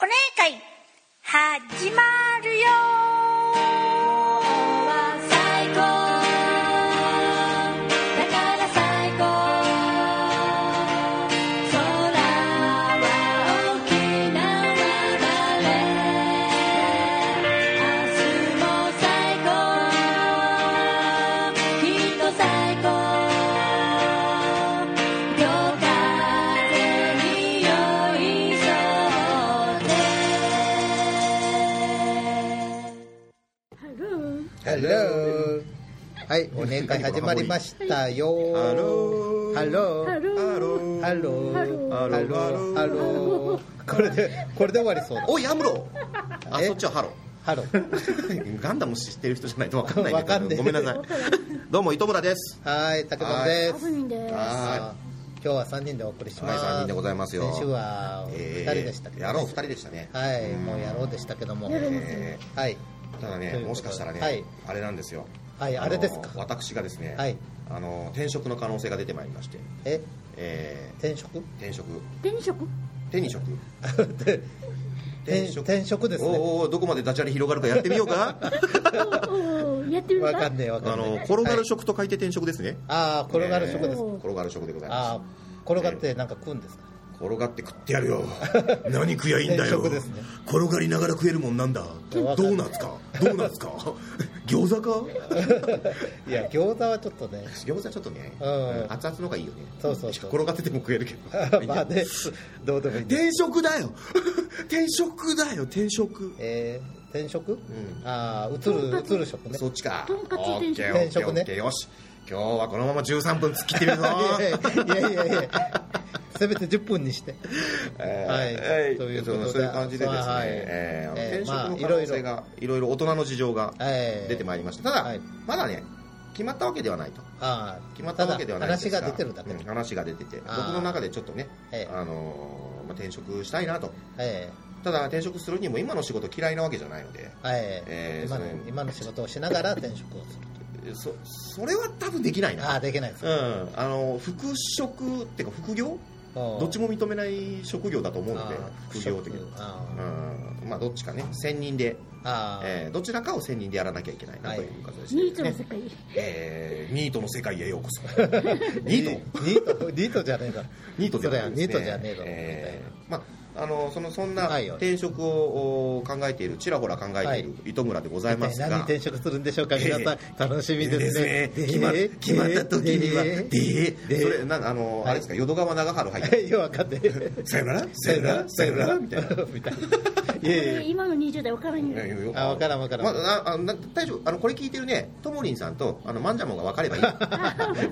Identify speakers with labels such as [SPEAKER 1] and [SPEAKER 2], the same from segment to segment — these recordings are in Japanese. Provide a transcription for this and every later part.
[SPEAKER 1] お願い始まるよ
[SPEAKER 2] は最高だから最高空は沖縄だね明日も最高きっと最高夜風に酔いそうで
[SPEAKER 3] Hello. はい、お願い始まりましたよ。Hello.
[SPEAKER 4] Hello. ハロー
[SPEAKER 3] Hello. Hello.
[SPEAKER 4] Hello.
[SPEAKER 3] Hello. これで、これで終わりそうだ。
[SPEAKER 4] おいアムロあ
[SPEAKER 3] え
[SPEAKER 4] そっちはハロ
[SPEAKER 3] ハロー。
[SPEAKER 4] ー ガンダム知ってる人じゃないとわかんない
[SPEAKER 3] わかんねえ
[SPEAKER 4] ごめん なさいどうも糸村です
[SPEAKER 3] はい、竹本です。
[SPEAKER 5] いんで
[SPEAKER 3] あ
[SPEAKER 4] は
[SPEAKER 3] ー今日は三人でお送りします。
[SPEAKER 4] はい三人でございますよ
[SPEAKER 3] 先週は
[SPEAKER 4] ー
[SPEAKER 3] 二
[SPEAKER 4] い
[SPEAKER 3] 人でしたけどね
[SPEAKER 4] やろう二人でしたね
[SPEAKER 3] はい、
[SPEAKER 4] うん
[SPEAKER 3] もうやろうでしたけども。
[SPEAKER 4] え
[SPEAKER 3] はい。
[SPEAKER 4] ーただ
[SPEAKER 3] と
[SPEAKER 4] ね
[SPEAKER 3] いうことで
[SPEAKER 4] もしかしたらね、
[SPEAKER 3] はい
[SPEAKER 4] あれなんですよ
[SPEAKER 3] はい
[SPEAKER 4] の
[SPEAKER 3] あれですか
[SPEAKER 4] 私がですね、
[SPEAKER 3] はい
[SPEAKER 4] あの転職の可能性が出てまいりまして、
[SPEAKER 3] え、
[SPEAKER 4] えー
[SPEAKER 3] 転職
[SPEAKER 4] 転職
[SPEAKER 5] 転職
[SPEAKER 4] 手に職
[SPEAKER 3] 転転職ですね。
[SPEAKER 4] おーおーどこまでダジャレ広がるかやってみよう か
[SPEAKER 5] おーやってるんだ
[SPEAKER 3] わかんねえ、わ
[SPEAKER 4] あ
[SPEAKER 3] かんねえ。
[SPEAKER 4] の転がる
[SPEAKER 3] はい
[SPEAKER 4] 職と書いて転職ですね、
[SPEAKER 3] ああ、転がる職です
[SPEAKER 4] え
[SPEAKER 3] か。
[SPEAKER 4] ー転がる職でござい
[SPEAKER 3] あ
[SPEAKER 4] ま
[SPEAKER 3] あ、転がってなんか食うんですか。
[SPEAKER 4] す転がって食ってやるよ 何食やいいんだよ、
[SPEAKER 3] 転職ですね
[SPEAKER 4] 転がりながら食えるもんなんだド
[SPEAKER 3] わかんない
[SPEAKER 4] ーナツかドー ナツか餃子か
[SPEAKER 3] いや、餃子はちょっ とね。
[SPEAKER 4] 餃子ちょっとね、
[SPEAKER 3] うん
[SPEAKER 4] 熱々のがいいよね
[SPEAKER 3] そうそうそう
[SPEAKER 4] 転がってても食えるけ ど
[SPEAKER 3] まあね、どうでもいいんです
[SPEAKER 4] 転職だよ 転職だよ転職
[SPEAKER 3] えー、転職、
[SPEAKER 4] ん
[SPEAKER 3] ああ移る 移る職ね
[SPEAKER 4] そっちか
[SPEAKER 5] とんかつ転職
[SPEAKER 4] オッケーオッケー
[SPEAKER 3] 転職ね
[SPEAKER 4] オッケーよし今日はこのまま13分突っ切 ってみるぞ
[SPEAKER 3] いやいやいやいやいやせめて10分にして
[SPEAKER 4] えー
[SPEAKER 3] はい
[SPEAKER 4] えー
[SPEAKER 3] ということで
[SPEAKER 4] そうそういう感じでですね、
[SPEAKER 3] まあはい
[SPEAKER 4] えーあの
[SPEAKER 3] えーまあ
[SPEAKER 4] 転職の可能性が、いろいろ大人の事情が
[SPEAKER 3] えー
[SPEAKER 4] 出てまいりました、ただ、
[SPEAKER 3] はい
[SPEAKER 4] まだね決まったわけではないと
[SPEAKER 3] ああ
[SPEAKER 4] 決まったわけではないんです
[SPEAKER 3] ただ話が出てるだけ、
[SPEAKER 4] うん話が出てて僕
[SPEAKER 3] あー
[SPEAKER 4] の中でちょっとね、
[SPEAKER 3] えー
[SPEAKER 4] あのーまあ、転職したいなと
[SPEAKER 3] え
[SPEAKER 4] ただ転職するにも今の仕事嫌いなわけじゃないので
[SPEAKER 3] ーえー
[SPEAKER 4] えー
[SPEAKER 3] 今の
[SPEAKER 4] その
[SPEAKER 3] 今の仕事をしながら転職をする
[SPEAKER 4] そそ れは多分できない
[SPEAKER 3] ああ
[SPEAKER 4] な
[SPEAKER 3] できないです
[SPEAKER 4] う
[SPEAKER 3] か、
[SPEAKER 4] んあの復職っていうか副業ど
[SPEAKER 3] ど
[SPEAKER 4] っちも認めない職業だと思うので
[SPEAKER 3] ああ
[SPEAKER 4] 副業的に
[SPEAKER 3] 職
[SPEAKER 4] うんまあどっちかね専任で、
[SPEAKER 3] ああ、
[SPEAKER 4] えーどちらかを専任でやらなきゃいけないな
[SPEAKER 3] はい
[SPEAKER 4] という感じですね、
[SPEAKER 5] ニートの世界
[SPEAKER 4] えーニートの世界へようこ そニート
[SPEAKER 3] ニートニートじゃねえだろ
[SPEAKER 4] ニートではないです
[SPEAKER 3] それはニー
[SPEAKER 4] ね
[SPEAKER 3] トじゃねえだろ
[SPEAKER 4] えーまああのそのそんな
[SPEAKER 3] はいはい
[SPEAKER 4] 転職をお考えているちらほら考えている糸村でございます
[SPEAKER 3] 何に
[SPEAKER 4] が、
[SPEAKER 3] 転職するんでしょうか皆さん、
[SPEAKER 4] え
[SPEAKER 3] 楽しみですね
[SPEAKER 4] ですね決ま
[SPEAKER 3] えー
[SPEAKER 4] 決まった時には、
[SPEAKER 3] え
[SPEAKER 4] で
[SPEAKER 3] ー
[SPEAKER 4] でそれなんかあの、あれですか淀川長春入っ
[SPEAKER 3] えー
[SPEAKER 4] て
[SPEAKER 3] いやわかんねえ
[SPEAKER 4] さよならさよならさよならみたいな。
[SPEAKER 3] みたい ないやい やいや
[SPEAKER 5] 今の20代分からんよ
[SPEAKER 3] あわからんわからん
[SPEAKER 4] まあ、あな大丈夫あのこれ聞いてるねともりんさんとあのマンジャモンが分かればいい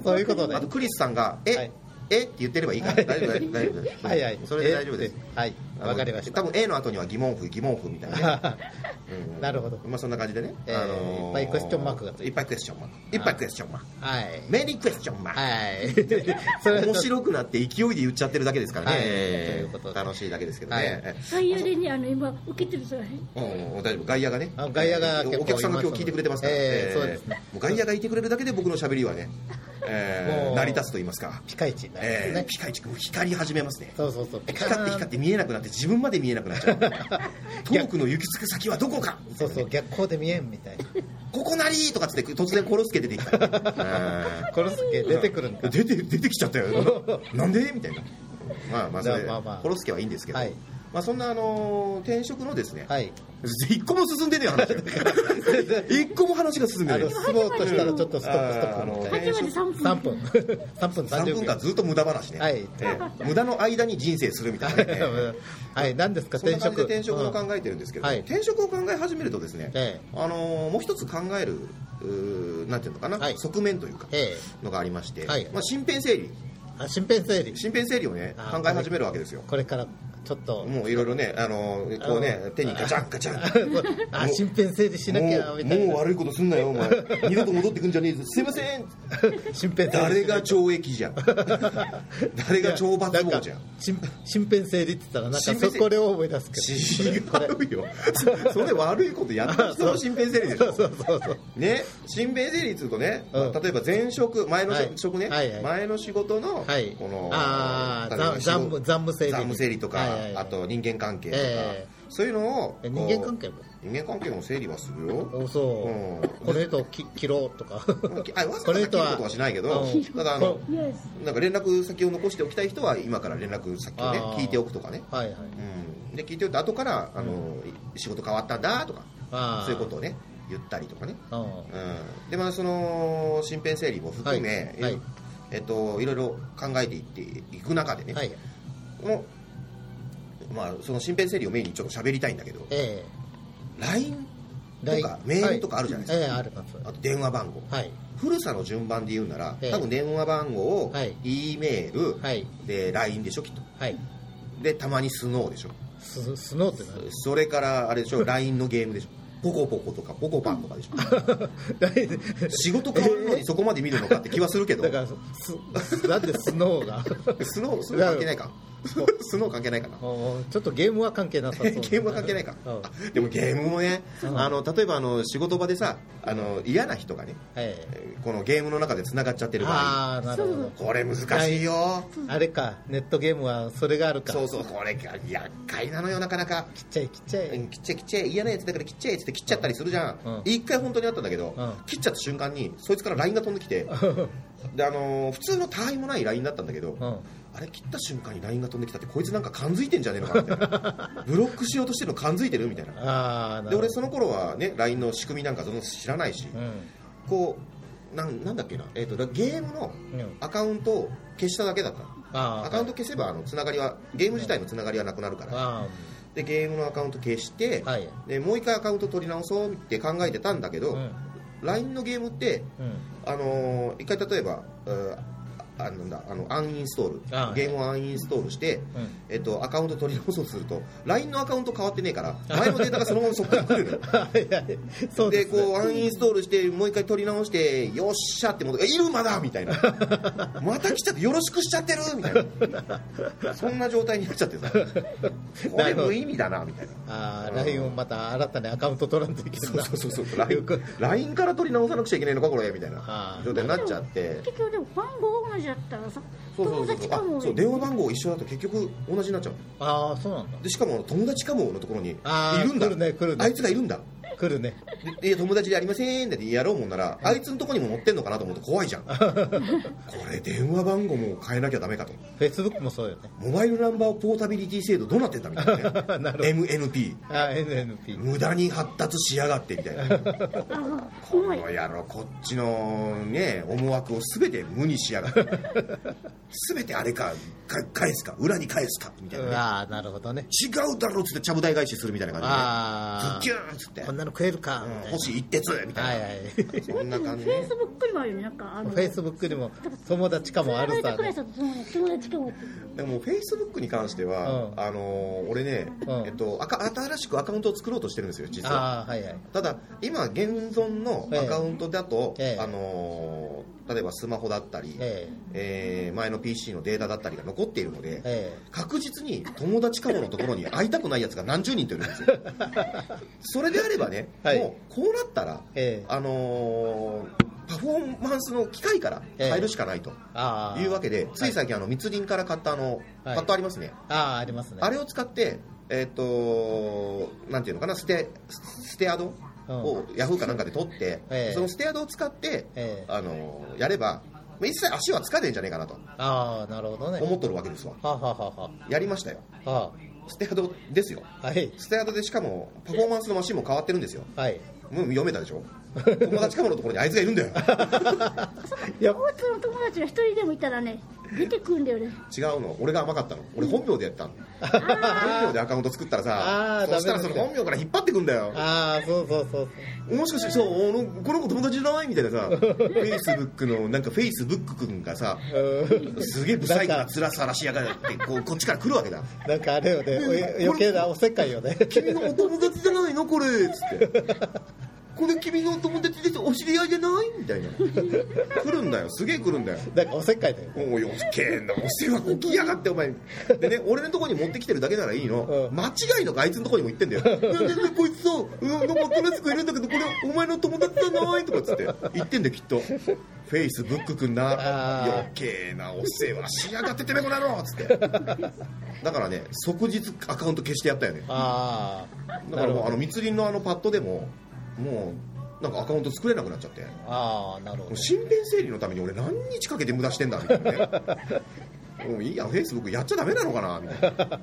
[SPEAKER 3] そういうことね
[SPEAKER 4] あとクリスさんが「え、
[SPEAKER 3] はい
[SPEAKER 4] えっ?」て言ってればい いから大丈夫大丈夫大丈夫です
[SPEAKER 3] はいはい
[SPEAKER 4] それで大丈夫です
[SPEAKER 3] えーはい
[SPEAKER 4] あの
[SPEAKER 3] わかりました
[SPEAKER 4] 多分 A の後には疑問符疑問符みたいな、ねうん
[SPEAKER 3] なるほど
[SPEAKER 4] まあそんな感じでね、
[SPEAKER 3] えーいっぱいクエスチョンマークがついて
[SPEAKER 4] いっぱいクエスチョンマークいっぱいクエスチョンマーク
[SPEAKER 3] はい
[SPEAKER 4] メリークエスチョンマーク、
[SPEAKER 3] はい
[SPEAKER 4] 面白くなって勢いで言っちゃってるだけですからね、
[SPEAKER 3] はい
[SPEAKER 4] えー
[SPEAKER 3] ということで
[SPEAKER 4] 楽しいだけですけど
[SPEAKER 3] はい
[SPEAKER 4] ね、
[SPEAKER 5] 最優でねあの今受けてるそれ
[SPEAKER 4] うんうん大丈夫外野がね
[SPEAKER 3] あ外野が結構
[SPEAKER 4] お客さんが今日聞いてくれてますから、
[SPEAKER 3] いますのでええそうですね
[SPEAKER 4] もう外野がいてくれるだけで僕の喋りはね、えー
[SPEAKER 3] もう
[SPEAKER 4] 成り立つと言いますか、
[SPEAKER 3] ピカイチになります
[SPEAKER 4] えー
[SPEAKER 3] ね、
[SPEAKER 4] ピカイチ君光り始めますね
[SPEAKER 3] そうそうそうピ
[SPEAKER 4] 光って光って見えなくなって自分まで見えなくなっ ちゃうトークの行き着く先はどこか
[SPEAKER 3] そうそう逆光で見えんみ たいな
[SPEAKER 4] ここなりとかっつって突然コロスケ出て きた、うん
[SPEAKER 3] コロスケ出てくるんか
[SPEAKER 4] 出て出てきちゃった よなんでみたいなまあまあそれ、
[SPEAKER 3] まあまあ
[SPEAKER 4] コロスケはいいんですけど、
[SPEAKER 3] はい
[SPEAKER 4] まあ、そんな、あのー転職のですね、
[SPEAKER 3] はい
[SPEAKER 4] 一個も進んでねえよ 話が一個も話が進んで
[SPEAKER 3] あ
[SPEAKER 4] ねえ
[SPEAKER 3] の進もうとしたらちょっとストップスト
[SPEAKER 4] あーあ
[SPEAKER 3] ップ
[SPEAKER 4] の
[SPEAKER 3] みたい
[SPEAKER 5] 8まで3
[SPEAKER 3] な
[SPEAKER 5] 分
[SPEAKER 3] 3分 3分
[SPEAKER 4] 3
[SPEAKER 3] 30
[SPEAKER 4] 分
[SPEAKER 3] 秒
[SPEAKER 4] 間ずっと無駄話ね、
[SPEAKER 3] はい
[SPEAKER 4] ええ無駄の間に人生するみ たいな、ね、
[SPEAKER 3] はい何ですか
[SPEAKER 4] そん
[SPEAKER 3] 転
[SPEAKER 4] な感じで
[SPEAKER 3] 職
[SPEAKER 4] 転職を
[SPEAKER 3] うん
[SPEAKER 4] 考えてるんですけれど、
[SPEAKER 3] はい
[SPEAKER 4] 転職を考え始めるとですね、
[SPEAKER 3] え
[SPEAKER 4] あのーもう一つ考えるうーなんていうのかな、
[SPEAKER 3] はい
[SPEAKER 4] 側面というか、
[SPEAKER 3] え
[SPEAKER 4] のがありまして、
[SPEAKER 3] はい
[SPEAKER 4] まあ、身辺整理
[SPEAKER 3] えあ身辺整理
[SPEAKER 4] 身辺整理をね
[SPEAKER 3] あ
[SPEAKER 4] 考え始めるわけですよ
[SPEAKER 3] これからちょっと
[SPEAKER 4] もういろいろね、あのーこう
[SPEAKER 3] あの
[SPEAKER 4] ね手に ガチャンガチャン
[SPEAKER 3] あ身辺整理しなきゃ
[SPEAKER 4] もう
[SPEAKER 3] みたい
[SPEAKER 4] もう
[SPEAKER 3] な
[SPEAKER 4] 悪いことすんなよ お前二度と戻ってくんじゃねえぞすいません
[SPEAKER 3] 身辺整理
[SPEAKER 4] 誰が懲役じゃん誰が懲罰
[SPEAKER 3] な
[SPEAKER 4] 房
[SPEAKER 3] んか
[SPEAKER 4] じゃん
[SPEAKER 3] 身身辺整理って言ったらなんか
[SPEAKER 4] 身辺整
[SPEAKER 3] そ
[SPEAKER 4] 理
[SPEAKER 3] こで思い出すけ
[SPEAKER 4] 違
[SPEAKER 3] どこ れこれ
[SPEAKER 4] うよそそれ悪いことやった人の身辺整理で し
[SPEAKER 3] そうそ
[SPEAKER 4] ょ
[SPEAKER 3] うそうそう
[SPEAKER 4] ね身辺整理っつうとね、
[SPEAKER 3] うん
[SPEAKER 4] 例えば前職前の
[SPEAKER 3] はい
[SPEAKER 4] 職ね、
[SPEAKER 3] はいはい
[SPEAKER 4] 前の仕事の、
[SPEAKER 3] はい
[SPEAKER 4] この
[SPEAKER 3] あー
[SPEAKER 4] 例えば
[SPEAKER 3] 残残務残務整理
[SPEAKER 4] 残務整理とか、
[SPEAKER 3] はいええ
[SPEAKER 4] あと人間関係とか、
[SPEAKER 3] ええ
[SPEAKER 4] そういうのを
[SPEAKER 3] え
[SPEAKER 4] こう
[SPEAKER 3] 人間関係も
[SPEAKER 4] 人間関係も整理はするよ
[SPEAKER 3] おそう、
[SPEAKER 4] うん
[SPEAKER 3] この人をき切ろうとか
[SPEAKER 4] あわざわざ切ることはしないけど
[SPEAKER 3] うん
[SPEAKER 4] ただあの
[SPEAKER 3] こ
[SPEAKER 5] Yes.
[SPEAKER 4] なんか連絡先を残しておきたい人は今から連絡先をね
[SPEAKER 3] あー
[SPEAKER 4] 聞いておくとかね、
[SPEAKER 3] はいはい
[SPEAKER 4] うん、で聞いておいて後からあの、仕事変わったんだとか
[SPEAKER 3] あー
[SPEAKER 4] そういうことをね言ったりとかね、
[SPEAKER 3] うん
[SPEAKER 4] うん、でまあその身辺整理も含め、
[SPEAKER 3] はいはい
[SPEAKER 4] えっと、いろいろ考えていっていく中でね、
[SPEAKER 3] はい
[SPEAKER 4] このまあ、その身辺整理をメインにちょっと喋りたいんだけど
[SPEAKER 3] え
[SPEAKER 4] LINE
[SPEAKER 3] えライン
[SPEAKER 4] とかメールとかあるじゃないですか、
[SPEAKER 3] ええあります
[SPEAKER 4] あと電話番号、
[SPEAKER 3] はい
[SPEAKER 4] 古さの順番で言うなら、
[SPEAKER 3] ええ
[SPEAKER 4] 多分電話番号を、
[SPEAKER 3] はい
[SPEAKER 4] E メール、
[SPEAKER 3] はい
[SPEAKER 4] で LINE でしょきっと
[SPEAKER 3] はい
[SPEAKER 4] でたまにスノーでしょ
[SPEAKER 3] ススノーって何
[SPEAKER 4] それからあれで しょ LINE のゲームでしょポコポコとかポコパンとかでしょ 仕事変わるのにそこまで見るのかって気はするけど、
[SPEAKER 3] だからす なんでスノーが
[SPEAKER 4] スノースノー関係ないか スノー関係ないかな
[SPEAKER 3] おーちょっとゲームは関係なさそう
[SPEAKER 4] ゲームは関係ないか、
[SPEAKER 3] うん
[SPEAKER 4] あでもゲームもね、
[SPEAKER 3] うん
[SPEAKER 4] あの例えばあの仕事場でさあの嫌な人がね
[SPEAKER 3] ええ
[SPEAKER 4] えーこのゲームの中でつながっちゃってる場合
[SPEAKER 3] ああなるほど
[SPEAKER 4] これ難しいよ、
[SPEAKER 3] あれかネットゲームはそれがあるか
[SPEAKER 4] そうそうこれが厄介なのよなかなか
[SPEAKER 3] ちっちゃいちっちゃ
[SPEAKER 4] う
[SPEAKER 3] い
[SPEAKER 4] ん切っちゃえ切っちゃえ嫌なやつだから切っちゃえっつって切っちゃったりするじゃん、
[SPEAKER 3] うん
[SPEAKER 4] 一回本当にあったんだけど、
[SPEAKER 3] うん
[SPEAKER 4] 切っちゃった瞬間にそいつから LINE が飛んで きてで、あのー普通の他愛もない LINE だったんだけど、
[SPEAKER 3] うん
[SPEAKER 4] あれ切った瞬間に LINE が飛んできたってこいつなんか感づいてんじゃねえのかみた いなブロックしようとしてるの感づいてるみたいな
[SPEAKER 3] ああな
[SPEAKER 4] で
[SPEAKER 3] るほ
[SPEAKER 4] 俺
[SPEAKER 3] ど
[SPEAKER 4] その頃はね LINE の仕組みなんかそんな知らないし、
[SPEAKER 3] う
[SPEAKER 4] こうなんなんだっけな、えー、とゲーム
[SPEAKER 3] ん
[SPEAKER 4] の
[SPEAKER 3] うん
[SPEAKER 4] アカウントを消しただけだったの
[SPEAKER 3] あー
[SPEAKER 4] アカウント消せばあのつながりはゲーム自体のつながりはなくなるから
[SPEAKER 3] あ
[SPEAKER 4] でゲームのアカウント消して、
[SPEAKER 3] ーはい
[SPEAKER 4] でもう一回アカウント取り直そうって考えてたんだけど、
[SPEAKER 3] うん
[SPEAKER 4] LINE のゲームって、
[SPEAKER 3] うん
[SPEAKER 4] あのー一回例えば、うーあなんだあのアンインストール
[SPEAKER 3] あはい
[SPEAKER 4] ゲームをアンインストールして、
[SPEAKER 3] うん
[SPEAKER 4] えっと、アカウント取り直そうとすると LINE のアカウント変わってねえから前のデータがそのままそっくり来るのよ
[SPEAKER 3] はいはいそう
[SPEAKER 4] で
[SPEAKER 3] ですね
[SPEAKER 4] こうアンインストールしてもう一回取り直してよっしゃって戻ってえいるまだみた いなまた来ちゃってよろしくしちゃってるみたいなそんな状態になっちゃって さこ
[SPEAKER 3] な
[SPEAKER 4] れ
[SPEAKER 3] るほど
[SPEAKER 4] 無意味だなみたいな
[SPEAKER 3] ああ LINE をまた新たにアカウント取らんといけない
[SPEAKER 4] そうそうそうそう
[SPEAKER 3] よく
[SPEAKER 4] LINE, LINE から取り直さなくちゃいけないのかこれみたい
[SPEAKER 3] あ
[SPEAKER 4] な
[SPEAKER 3] ー
[SPEAKER 4] 状態になっちゃって
[SPEAKER 5] 結局でも番号同じだったらさ、
[SPEAKER 4] そうそう
[SPEAKER 5] 友
[SPEAKER 4] そうそ
[SPEAKER 5] 達
[SPEAKER 4] う
[SPEAKER 5] かも。
[SPEAKER 4] あそう電話番号一緒だと結局同じになっちゃう
[SPEAKER 3] ああそうなんだ
[SPEAKER 4] でしかも友達かものところにい
[SPEAKER 3] あー
[SPEAKER 4] るんだ
[SPEAKER 3] 来るね来るね
[SPEAKER 4] あいつがいるんだ
[SPEAKER 3] 来るね
[SPEAKER 4] でいや友達でありませんだってやろうもんならあいつのとこにも載ってんのかなと思うと怖 いじゃんこれ電話番号も変えなきゃダメかと
[SPEAKER 3] フェイスブックもそうよね
[SPEAKER 4] モバイルナンバーポータビリティ制度どうなってんだみたいなね
[SPEAKER 3] なるほど
[SPEAKER 4] MNP
[SPEAKER 3] あー NNP
[SPEAKER 4] 無駄に発達しやがってみたい な
[SPEAKER 5] あの
[SPEAKER 4] こ
[SPEAKER 5] う
[SPEAKER 4] の
[SPEAKER 5] まい。
[SPEAKER 4] 野郎こっちのね思惑を全て無にしやがって全てあれかか返すか裏に返すかみたいなね、
[SPEAKER 3] ああなるほどね
[SPEAKER 4] 違うだろっつってちゃぶ台返しするみたいな感
[SPEAKER 3] あ
[SPEAKER 4] じでね
[SPEAKER 3] あ
[SPEAKER 4] ズッキューンっつって、
[SPEAKER 3] こんなの食えるか
[SPEAKER 4] うん
[SPEAKER 3] みたいな
[SPEAKER 4] 星一徹みた
[SPEAKER 3] はいい
[SPEAKER 4] な、
[SPEAKER 3] はい
[SPEAKER 4] そんな感じ
[SPEAKER 5] フェ
[SPEAKER 4] ね
[SPEAKER 5] イスブックにもあるよなんかあの。
[SPEAKER 3] フェイスブックにも友達かもある
[SPEAKER 5] つながれ
[SPEAKER 3] さ
[SPEAKER 5] たくらいさ、その友達かもって。
[SPEAKER 4] でもフェイスブックに関しては、
[SPEAKER 3] うん
[SPEAKER 4] あのー俺ね、
[SPEAKER 3] うん
[SPEAKER 4] えっと、あか新しくアカウントを作ろうとしてるんですよ実は
[SPEAKER 3] ああはいはい
[SPEAKER 4] ただ今現存のアカウントだと、
[SPEAKER 3] ええ
[SPEAKER 4] あのー例えばスマホだったり、
[SPEAKER 3] え
[SPEAKER 4] えー前の PC のデータだったりが残っているので、
[SPEAKER 3] ええ
[SPEAKER 4] 確実に友達かものところに会いたくないやつが何十人といる んですよそれであればね、
[SPEAKER 3] はい
[SPEAKER 4] もうこうなったら、
[SPEAKER 3] ええ
[SPEAKER 4] あのーパフォーマンスの機械から変えるしかないと
[SPEAKER 3] えああ
[SPEAKER 4] いうわけで、つい最近あの密林から買ったあの、
[SPEAKER 3] はい
[SPEAKER 4] パッドありますね、
[SPEAKER 3] ああありますね
[SPEAKER 4] あれを使ってえっ、となんていうのかなステステアドをヤフーかなんかで取って、
[SPEAKER 3] ええ
[SPEAKER 4] そのステアドを使って、
[SPEAKER 3] ええ
[SPEAKER 4] あのーやれば一切足はつかねえんじゃねえかなと
[SPEAKER 3] ああなるほどね
[SPEAKER 4] 思っとるわけですわ
[SPEAKER 3] はあはあは
[SPEAKER 4] やりましたよ
[SPEAKER 3] あは
[SPEAKER 4] ステアドですよ
[SPEAKER 3] あはい
[SPEAKER 4] ステアドでしかもパフォーマンスのマシンも変わってるんですよ
[SPEAKER 3] はい
[SPEAKER 4] もう読めた でしょ友達かものところにあいつがいるんだよ
[SPEAKER 3] いや
[SPEAKER 5] 交通の友達が一人でもいたらね、出てくるんだよね。
[SPEAKER 4] 違うの俺が甘かったの俺本名でやったの本名でアカウント作ったら
[SPEAKER 3] あ
[SPEAKER 4] さ
[SPEAKER 3] ー
[SPEAKER 4] そしたら
[SPEAKER 3] ダメ
[SPEAKER 4] そ
[SPEAKER 3] だ
[SPEAKER 4] の本名から引っ張ってくんだよ
[SPEAKER 3] ああそうそうそう
[SPEAKER 4] もしかしてそうあのこの子友達じゃないみたい なさフェイスブックのなんかフェイスブック君がさ
[SPEAKER 3] そううん
[SPEAKER 4] すげえ不細工な面さらしやがってこうこっちから来るわけだ
[SPEAKER 3] なんかあれよねお余計なおせっかいよね
[SPEAKER 4] 君のお友達じゃないのこれっつってここれ君のお友達ですお知り合いじゃないみたいな来るんだよすげえ来るんだよ
[SPEAKER 3] なんかおせっかいだよね
[SPEAKER 4] おい余計なお世話こきやがってお前でね俺のとこに持ってきてるだけならいいの、
[SPEAKER 3] うん
[SPEAKER 4] 間違いなくあいつのとこにも行ってんだよ「いや全然こいつさ、うん、なんか新しくいるんだけどこれお前の友達じゃない」とかっつって言ってんだよきっとフェイスブックくんな
[SPEAKER 3] あー
[SPEAKER 4] 余計なお世話しやがっててめえこの野郎っつってだからね即日アカウント消してやったよね
[SPEAKER 3] ああ
[SPEAKER 4] だからもうあの
[SPEAKER 3] ど
[SPEAKER 4] 密林のあのパッドでももうなんかアカウント作れなくなっちゃって
[SPEAKER 3] ああなるほ
[SPEAKER 4] もう
[SPEAKER 3] ど
[SPEAKER 4] 身辺整理のために俺何日かけて無駄してんだみたいなねもういいやフェイスブックやっちゃダメなのかなみたいな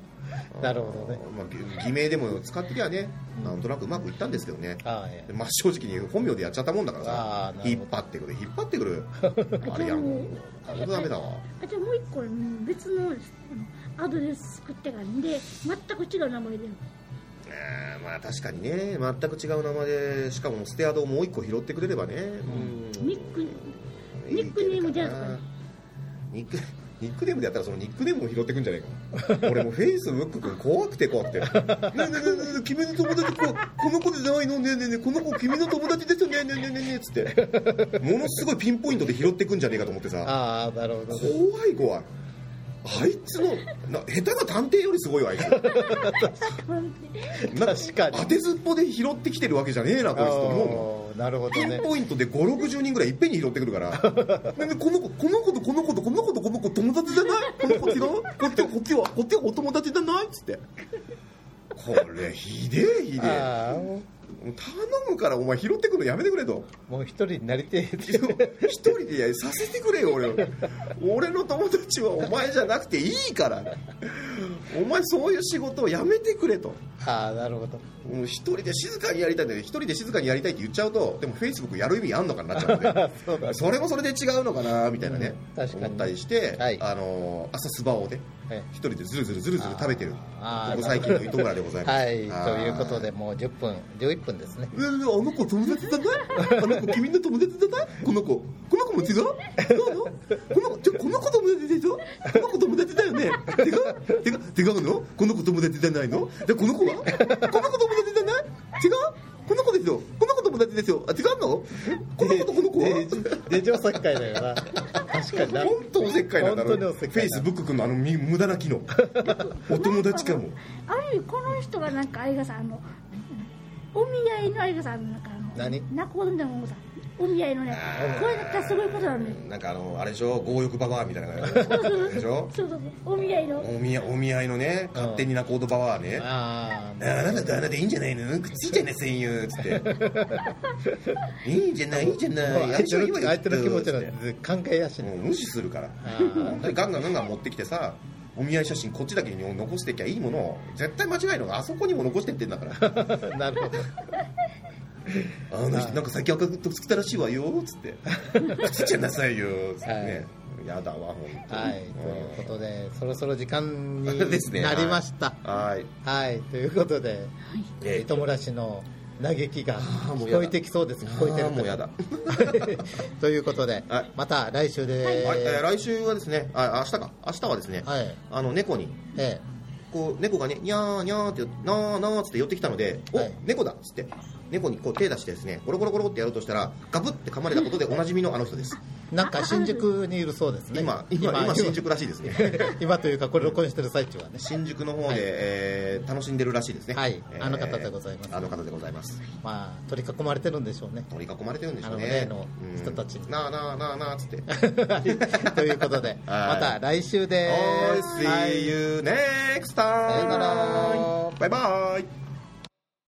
[SPEAKER 3] なるほどね
[SPEAKER 4] あーまあぎ、偽名でも使ってきゃねなんとなくうまくいったんですけどね、
[SPEAKER 3] ああええ
[SPEAKER 4] まあ、正直に本名でやっちゃったもんだから
[SPEAKER 3] あ
[SPEAKER 4] さ
[SPEAKER 3] ーなるほど
[SPEAKER 4] 引っ張ってくる引っ張ってくるあれやんあれダメ だわ
[SPEAKER 5] あじゃあもう一個うん別のあのアドレス作ってからんで全く違う名前で
[SPEAKER 4] えーまあ確かにね全く違う名前でしかもステアドをもう一個拾ってくれればね、うん
[SPEAKER 5] ニックニックネームでやるとかね
[SPEAKER 4] ニックニックネームでやったらそのニックネームも拾ってくんじゃねえかな俺もうフェイスブック君怖くて怖くて「ねえねえねえねえ君の友達ここの子じゃないのねえねえねえこの子君の友達ですよねねえねえねえねえ」っつってものすごいピンポイントで拾ってくんじゃねえかと思ってさ
[SPEAKER 3] ああなるほどね
[SPEAKER 4] 怖い怖いあいつのな下手な探偵よりすごいわあいつなん
[SPEAKER 3] 確かに
[SPEAKER 4] 当てずっぽで拾ってきてるわけじゃねえなこいつと思うもん
[SPEAKER 3] ああなるほ
[SPEAKER 4] ピ
[SPEAKER 3] ど
[SPEAKER 4] ン
[SPEAKER 3] ね
[SPEAKER 4] ポイントで5、60人ぐらいいっぺんに拾ってくる から、なんでこの子、この子とこの子とこの子とこの子友達じゃないこの子違うこっちはこっちは、こっちはお友達じゃないっつって。これ、ひでえひでえ。
[SPEAKER 3] ああも
[SPEAKER 4] もう頼むからお前拾ってくるのやめてくれと。
[SPEAKER 3] うもう一人になりてえって
[SPEAKER 4] 一人でやさせてくれよ、俺を。俺の友達はお前じゃなくていいから。お前そういう仕事をやめてくれと。
[SPEAKER 3] ああなるほど
[SPEAKER 4] もう一人で静かにやりたいんだけど一人で静かにやりたいって言っちゃうとでもフェイスブックやる意味あんのかなっちゃうの で
[SPEAKER 3] そうだね
[SPEAKER 4] れもそれで違うのかなみたいなね、
[SPEAKER 3] うん確かに
[SPEAKER 4] 思ったりして、
[SPEAKER 3] はい
[SPEAKER 4] あのー朝スバをね
[SPEAKER 3] はい
[SPEAKER 4] 一人でずるずるずるずる食べてるこ
[SPEAKER 3] あー
[SPEAKER 4] こ最近の糸村でございます
[SPEAKER 3] はいと
[SPEAKER 4] あー
[SPEAKER 3] いうことでもう10分11分ですね
[SPEAKER 4] えーあの子友達だねあの子君の友達だねこの子この子も違うどうのこの子ちょこの子友達でしょこの子友達だよね違う違う違うのこの子友達じゃないのじゃこの子はこの子友達じゃない違うこの子でしょこの子友達でしょあ違うのこの子とこの子は、
[SPEAKER 3] でで上作会だよな 確かにな
[SPEAKER 4] 本当おせっかいなんだろ
[SPEAKER 3] 本
[SPEAKER 4] う
[SPEAKER 3] 当にお
[SPEAKER 4] フ
[SPEAKER 3] せっか
[SPEAKER 4] ェ
[SPEAKER 3] い
[SPEAKER 4] イ
[SPEAKER 3] だ
[SPEAKER 4] スブック君のあのみ無駄な 機能お友達かも
[SPEAKER 5] ある意味この人がなんかあれがさあのお見合いのあれがさあのなんかあの
[SPEAKER 3] 何
[SPEAKER 5] 仲人みたいなもんさお見合いのねこれだったらすごいことなのよ
[SPEAKER 4] なんかあのあれでしょ強欲ババアみたいな感じでしょ
[SPEAKER 5] そうそうそうお見合いの
[SPEAKER 4] お見合いお見合いのね勝手に仲人ババアねあ
[SPEAKER 3] あ
[SPEAKER 4] あなたとあなたいいんじゃないのくっついちゃいな戦友っつって いいんじゃないいいんじゃ
[SPEAKER 3] あ
[SPEAKER 4] ない
[SPEAKER 3] 相手
[SPEAKER 4] 相性いいわ
[SPEAKER 3] の
[SPEAKER 4] よ
[SPEAKER 3] 相手の気持ちなん
[SPEAKER 4] つって
[SPEAKER 3] て考えやし
[SPEAKER 4] も
[SPEAKER 3] な
[SPEAKER 4] う
[SPEAKER 3] い
[SPEAKER 4] 無視するから
[SPEAKER 3] あー
[SPEAKER 4] ガンガンガンガン持ってきてさお見合い写真こっちだけに残してきゃいいものを絶対間違いのがあそこにも残してってんだか ら
[SPEAKER 3] なるほど
[SPEAKER 4] あの人なんか先赤く作ったらしいわよっつって くっついちゃいなさいよつってねやだわほんと
[SPEAKER 3] はい、ということで、そろそろ時間に
[SPEAKER 4] ですね
[SPEAKER 3] なりました。
[SPEAKER 4] はい
[SPEAKER 3] はい、ということで、
[SPEAKER 4] え
[SPEAKER 3] 糸村氏の嘆きが
[SPEAKER 4] ーも
[SPEAKER 3] 聞
[SPEAKER 4] うやだ
[SPEAKER 3] こえてきそうです。聞こえて
[SPEAKER 4] あ
[SPEAKER 3] る
[SPEAKER 4] ーもうやだ
[SPEAKER 3] ということで
[SPEAKER 4] はい、
[SPEAKER 3] また来週で
[SPEAKER 4] はい、えー
[SPEAKER 3] す。
[SPEAKER 4] 来週はですね、あ、明日か、明日はですね、
[SPEAKER 3] はい、
[SPEAKER 4] あの猫に、
[SPEAKER 3] え
[SPEAKER 4] こう、猫がね、にゃーにゃーって、なーなーっつって寄ってきたので、お、
[SPEAKER 3] はい
[SPEAKER 4] 猫だっつって、猫にこう手出してですね、ゴロゴロゴロってやろうとしたら、ガブって噛まれたことでおなじみのあの人です。
[SPEAKER 3] えなんか新宿にいるそう ですね。
[SPEAKER 4] 今、今、今、新宿らしいですね。
[SPEAKER 3] 今というか、これ録音してる最中はね、
[SPEAKER 4] 新宿の方で、
[SPEAKER 3] はい
[SPEAKER 4] えー楽しんでるらしいですね。
[SPEAKER 3] はい
[SPEAKER 4] えー
[SPEAKER 3] あの方でございます
[SPEAKER 4] あの方でございます。
[SPEAKER 3] まあ、取り囲まれてるんでしょうね。
[SPEAKER 4] 取り囲まれてるんでしょうね。
[SPEAKER 3] あの例の人たち
[SPEAKER 4] うんなーなーなーな ーっつって。
[SPEAKER 3] はい ということで、また来週で
[SPEAKER 4] おー
[SPEAKER 3] す。はい
[SPEAKER 4] see you next
[SPEAKER 3] さよな
[SPEAKER 4] time!
[SPEAKER 3] ら
[SPEAKER 4] バイバイ